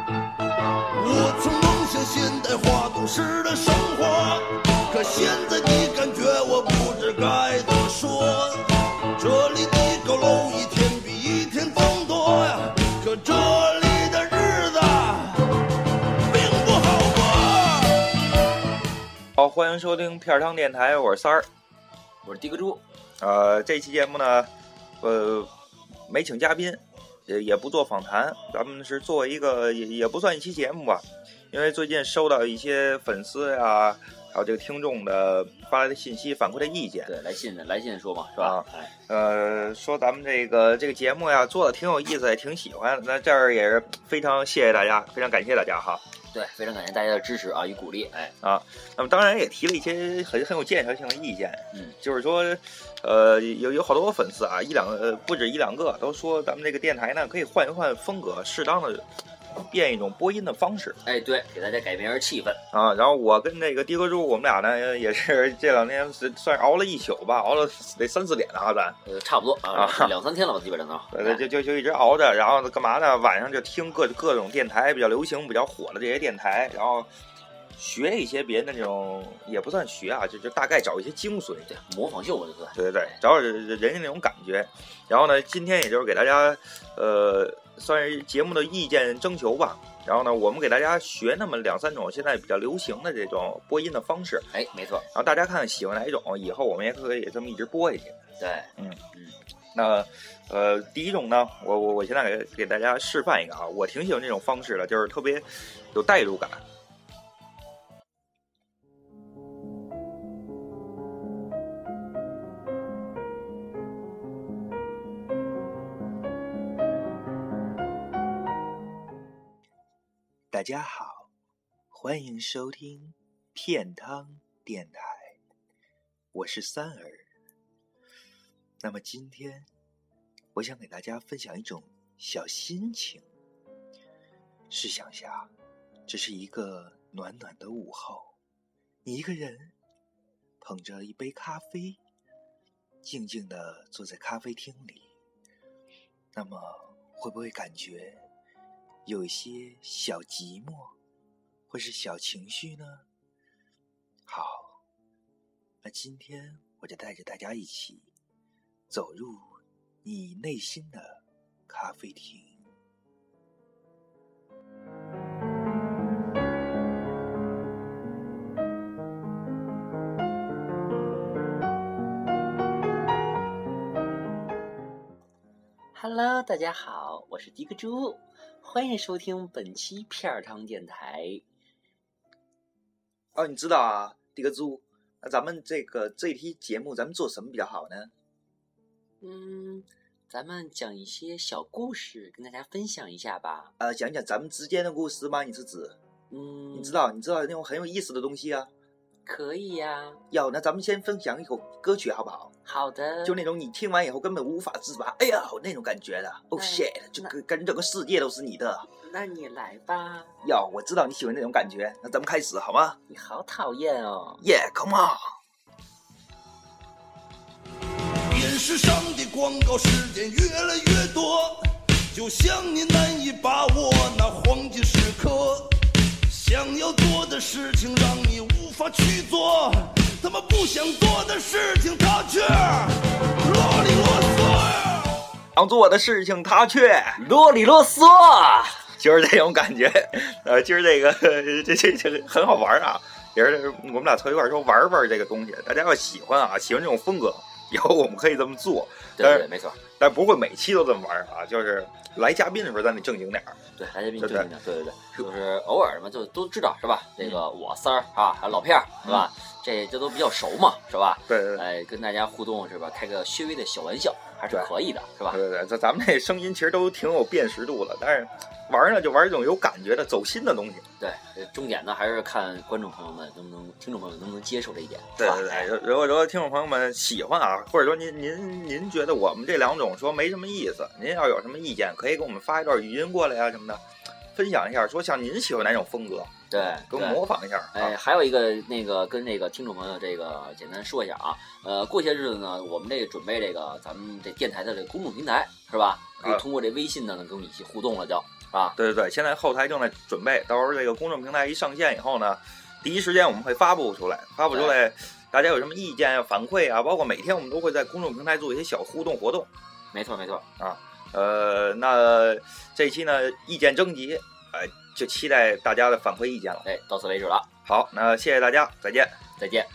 我曾梦想现代化都市的生活，可现在你感觉我不知该怎么说。这里的高楼一天比一天增多呀，可这里的日子并不好过。好，欢迎收听片儿汤电台，我是三儿。我是迪克猪，呃，这期节目呢，呃，没请嘉宾，也也不做访谈，咱们是做一个也也不算一期节目吧，因为最近收到一些粉丝呀、还有这个听众的发来的信息、反馈的意见，对，来信的来信说嘛，是吧啊？哎，呃，说咱们这个这个节目呀，做的挺有意思，也挺喜欢的。那这儿也是非常谢谢大家，非常感谢大家哈。对，非常感谢大家的支持啊与鼓励，哎，那么当然也提了一些很很有建设性的意见，嗯，就是说，呃，有有好多粉丝啊，一两个呃不止一两个都说咱们这个电台呢可以换一换风格，适当的变一种播音的方式哎，对，给大家改变一下气氛，啊。然后我跟这个的哥猪，我们俩呢也是这两天是算是熬了一宿吧，熬了得三四点了啊，咱呃，差不多啊啊，两三天了吧，基本上都，哎呃就就就一直熬着，然后干嘛呢？晚上就听各各种电台比较流行、比较火的这些电台，然后学一些别人的那种，也不算学啊，就就大概找一些精髓。对模仿秀吧，就算，对对对，找找人家那种感觉。然后呢，今天也就是给大家，呃，算是节目的意见征求吧。然后呢，我们给大家学那么两三种现在比较流行的这种播音的方式，哎，没错，然后大家看喜欢哪一种，以后我们也可以这么一直播下去。对，那，呃，第一种呢，我我我现在给给大家示范一个啊，我挺喜欢这种方式的，就是特别有代入感。大家好，欢迎收听片汤电台，我是三儿。那么今天，我想给大家分享一种小心情。试想下，啊这是一个暖暖的午后，你一个人捧着一杯咖啡，静静的坐在咖啡厅里，那么会不会感觉有一些小寂寞，或是小情绪呢？好，那今天我就带着大家一起走入你内心的咖啡厅。 Hello，大家好，我是迪克猪，欢迎收听本期片儿汤电台。哦，你知道啊，迪克猪，那咱们这个这一期节目咱们做什么比较好呢？嗯，咱们讲一些小故事，跟大家分享一下吧。呃，讲讲咱们之间的故事吗？你是指？嗯，你知道，你知道那种很有意思的东西啊。可以呀、要那咱们先分享一首歌曲好不好？好的，就那种你听完以后根本无法自拔，哎呀，那种感觉的。哦、那 shit，就那跟跟整个世界都是你的。那你来吧，哟，我知道你喜欢那种感觉，那咱们开始好吗你好讨厌哦。 ？Yeah，come on。电视上的广告时间越来越多，就像你难以把握那黄金时刻。想要做的事情让你无法去做，他们不想做的事情他却啰里啰嗦。想做的事情，他却。啰里啰嗦，就是这种感觉。呃，今儿这个 这这这个很好玩啊，也是我们俩凑一块儿说玩玩这个东西，大家要喜欢啊，喜欢这种风格，以后我们可以这么做，对但对是对，没错，但不会每期都这么玩啊，就是来嘉宾的时候咱得正经点儿。对，来嘉宾对正对经点，对对对，就是偶尔嘛，就都知道是吧？这个我三儿啊，还有老片儿是吧？这这都比较熟嘛，是吧？对嗯对对哎，跟大家互动是吧？开个稍微的小玩笑还是对可以的，是吧？对对，咱咱们这声音其实都挺有辨识度的，但是玩呢就玩这种有感觉的、走心的东西。对，呃重点呢还是看观众朋友们能不能，听众朋友们能不能接受这一点，对是吧对对，哎如如果说听众朋友们喜欢啊，或者说您您您觉得我们这两种说没什么意思，您要有什么意见，可以给我们发一段语音过来啊什么的，分享一下，说像您喜欢哪种风格，对，给我对们模仿一下啊。哎，还有一个那个跟这个听众朋友这个简单说一下啊，呃，过些日子呢，我们这个准备这个咱们这电台的这个公众平台是吧？可以啊通过这微信呢，能跟我们一起互动了就，是吧？对对对，现在后台正在准备，到时候这个公众平台一上线以后呢，第一时间我们会发布出来，发布出来，大家有什么意见啊、反馈啊，包括每天我们都会在公众平台做一些小互动活动。没错没错，呃，那这期呢意见征集，哎、就期待大家的反馈意见了。哎，到此为止了，好，那谢谢大家，再见。再见。